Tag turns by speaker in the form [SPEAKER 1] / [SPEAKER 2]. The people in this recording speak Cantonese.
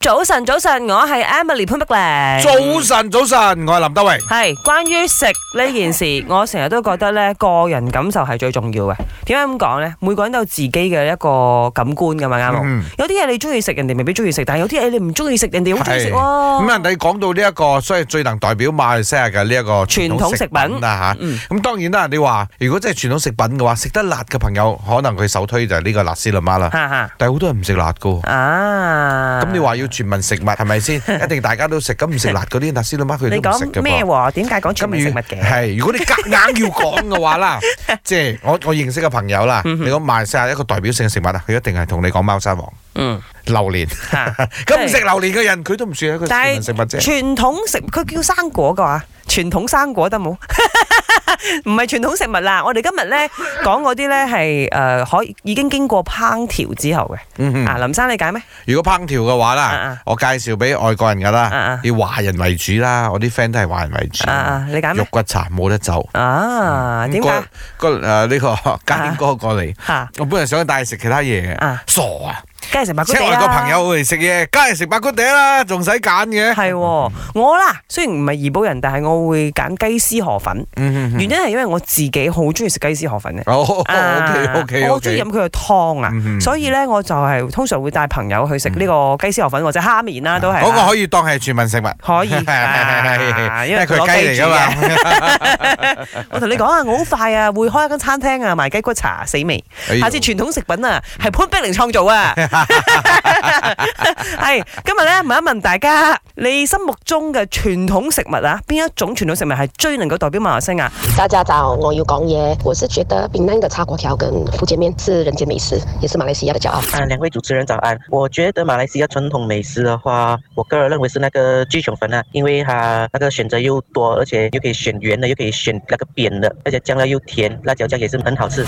[SPEAKER 1] 早晨，早晨，我係 Emily 潘碧
[SPEAKER 2] 早
[SPEAKER 1] 玲。
[SPEAKER 2] 晨，早晨，我係林德榮。
[SPEAKER 1] 係關於食呢件事，我成日都覺得咧個人感受係最重要嘅。點解咁講咧？每個人都有自己嘅一個感官噶嘛，啱冇？
[SPEAKER 2] 嗯
[SPEAKER 1] 有啲嘢你中意食，人哋未必中意食；但係有啲嘢你唔中意食，人哋好中意食
[SPEAKER 2] 咁
[SPEAKER 1] 喎。
[SPEAKER 2] 啊，你講到呢一個，所以最能代表馬來西亞嘅呢一個
[SPEAKER 1] 傳統食品
[SPEAKER 2] 啦
[SPEAKER 1] 嗯
[SPEAKER 2] 嚇。咁當然啦，你話如果真係傳統食品嘅話，食得辣嘅朋友可能佢首推就係呢個辣絲辣媽 啦。
[SPEAKER 1] 哈哈
[SPEAKER 2] 但係好多人唔食辣嘅喎。
[SPEAKER 1] À. 啊！
[SPEAKER 2] 咁你話要全民食物係咪先？一定大家都食，咁唔食辣嗰啲辣絲辣媽佢
[SPEAKER 1] 你
[SPEAKER 2] 都唔食嘅
[SPEAKER 1] 講咩
[SPEAKER 2] 噃。
[SPEAKER 1] 喎？點解講全民食物嘅？
[SPEAKER 2] 係，如果你夾硬要講嘅話啦，即係我我認識嘅朋友啦，你講馬來西亞一個代表性嘅食物啊，佢一定係同你講貓山王、
[SPEAKER 1] 嗯，
[SPEAKER 2] 榴蓮。
[SPEAKER 1] 嚇
[SPEAKER 2] 咁唔食榴蓮嘅人，佢都唔算係一個全民食物啫。
[SPEAKER 1] 傳統食佢叫生果嘅話，傳統生果得冇？ 唔係傳統食物啦，我哋今日 咧講嗰啲咧係誒可以已經經過烹調之後嘅。
[SPEAKER 2] 嗯哼
[SPEAKER 1] 啊，林生你解咩？
[SPEAKER 2] 如果烹調嘅話
[SPEAKER 1] 啊
[SPEAKER 2] 啦
[SPEAKER 1] 啊，
[SPEAKER 2] 我介紹俾外國人噶
[SPEAKER 1] 啊
[SPEAKER 2] 啦
[SPEAKER 1] 啊，
[SPEAKER 2] 以華人為主啦，我啲 friend 都係華人為主
[SPEAKER 1] 啊。啊，你解
[SPEAKER 2] 肉嗯
[SPEAKER 1] 咩？
[SPEAKER 2] 骨茶冇得走。
[SPEAKER 1] 啊，點解
[SPEAKER 2] 咁？個個誒呢個家添哥過嚟，
[SPEAKER 1] 嚇
[SPEAKER 2] 我本來想帶佢食其他嘢嘅
[SPEAKER 1] 啊，
[SPEAKER 2] 傻啊！
[SPEAKER 1] 梗係食白骨
[SPEAKER 2] 請
[SPEAKER 1] 地
[SPEAKER 2] 外國
[SPEAKER 1] 啦。
[SPEAKER 2] 朋友嚟食嘢，梗係食白骨嗲啦，仲使揀嘅。
[SPEAKER 1] 係喎，
[SPEAKER 2] 嗯
[SPEAKER 1] 我啦，雖然唔係怡保人，但係我會揀雞絲河粉。
[SPEAKER 2] 嗯哼
[SPEAKER 1] 原因係因為我自己好中意食雞絲河粉嘅。
[SPEAKER 2] 哦
[SPEAKER 1] 啊
[SPEAKER 2] ，OK OK
[SPEAKER 1] 我好中意飲
[SPEAKER 2] OK。
[SPEAKER 1] 佢嘅湯啊，
[SPEAKER 2] 嗯哼嗯
[SPEAKER 1] 所以咧我就係通常會帶朋友去食呢個雞絲河粉或者蝦麵啦，都係
[SPEAKER 2] 嗰個
[SPEAKER 1] 啊
[SPEAKER 2] 可以當係全民食物。
[SPEAKER 1] 可以 啊，
[SPEAKER 2] 因
[SPEAKER 1] 因
[SPEAKER 2] 為
[SPEAKER 1] 為
[SPEAKER 2] 佢係雞嚟
[SPEAKER 1] 㗎
[SPEAKER 2] 噶嘛。。
[SPEAKER 1] 我同你講啊，我好快啊會開一間餐廳啊賣雞骨茶死未？
[SPEAKER 2] 哎呦
[SPEAKER 1] 下次傳統食品啊係潘碧玲創造 啊。 係今日咧問一問大家，你心目中嘅傳統食物啊，邊一種傳統食物係最能夠代表馬來西亞？
[SPEAKER 3] 大家早，我有講嘢。我是觉得槟榔的叉粿条跟福建面是人间美食，也是马来西亚的骄傲。
[SPEAKER 4] 啊，两位主持人早安。我觉得马来西亚传统美食的话，我个人认为是那个聚雄粉啊，因为它那个选择又多，而且又可以选圆的，又可以选那个扁的，而且酱料又甜，辣椒酱也是很好吃。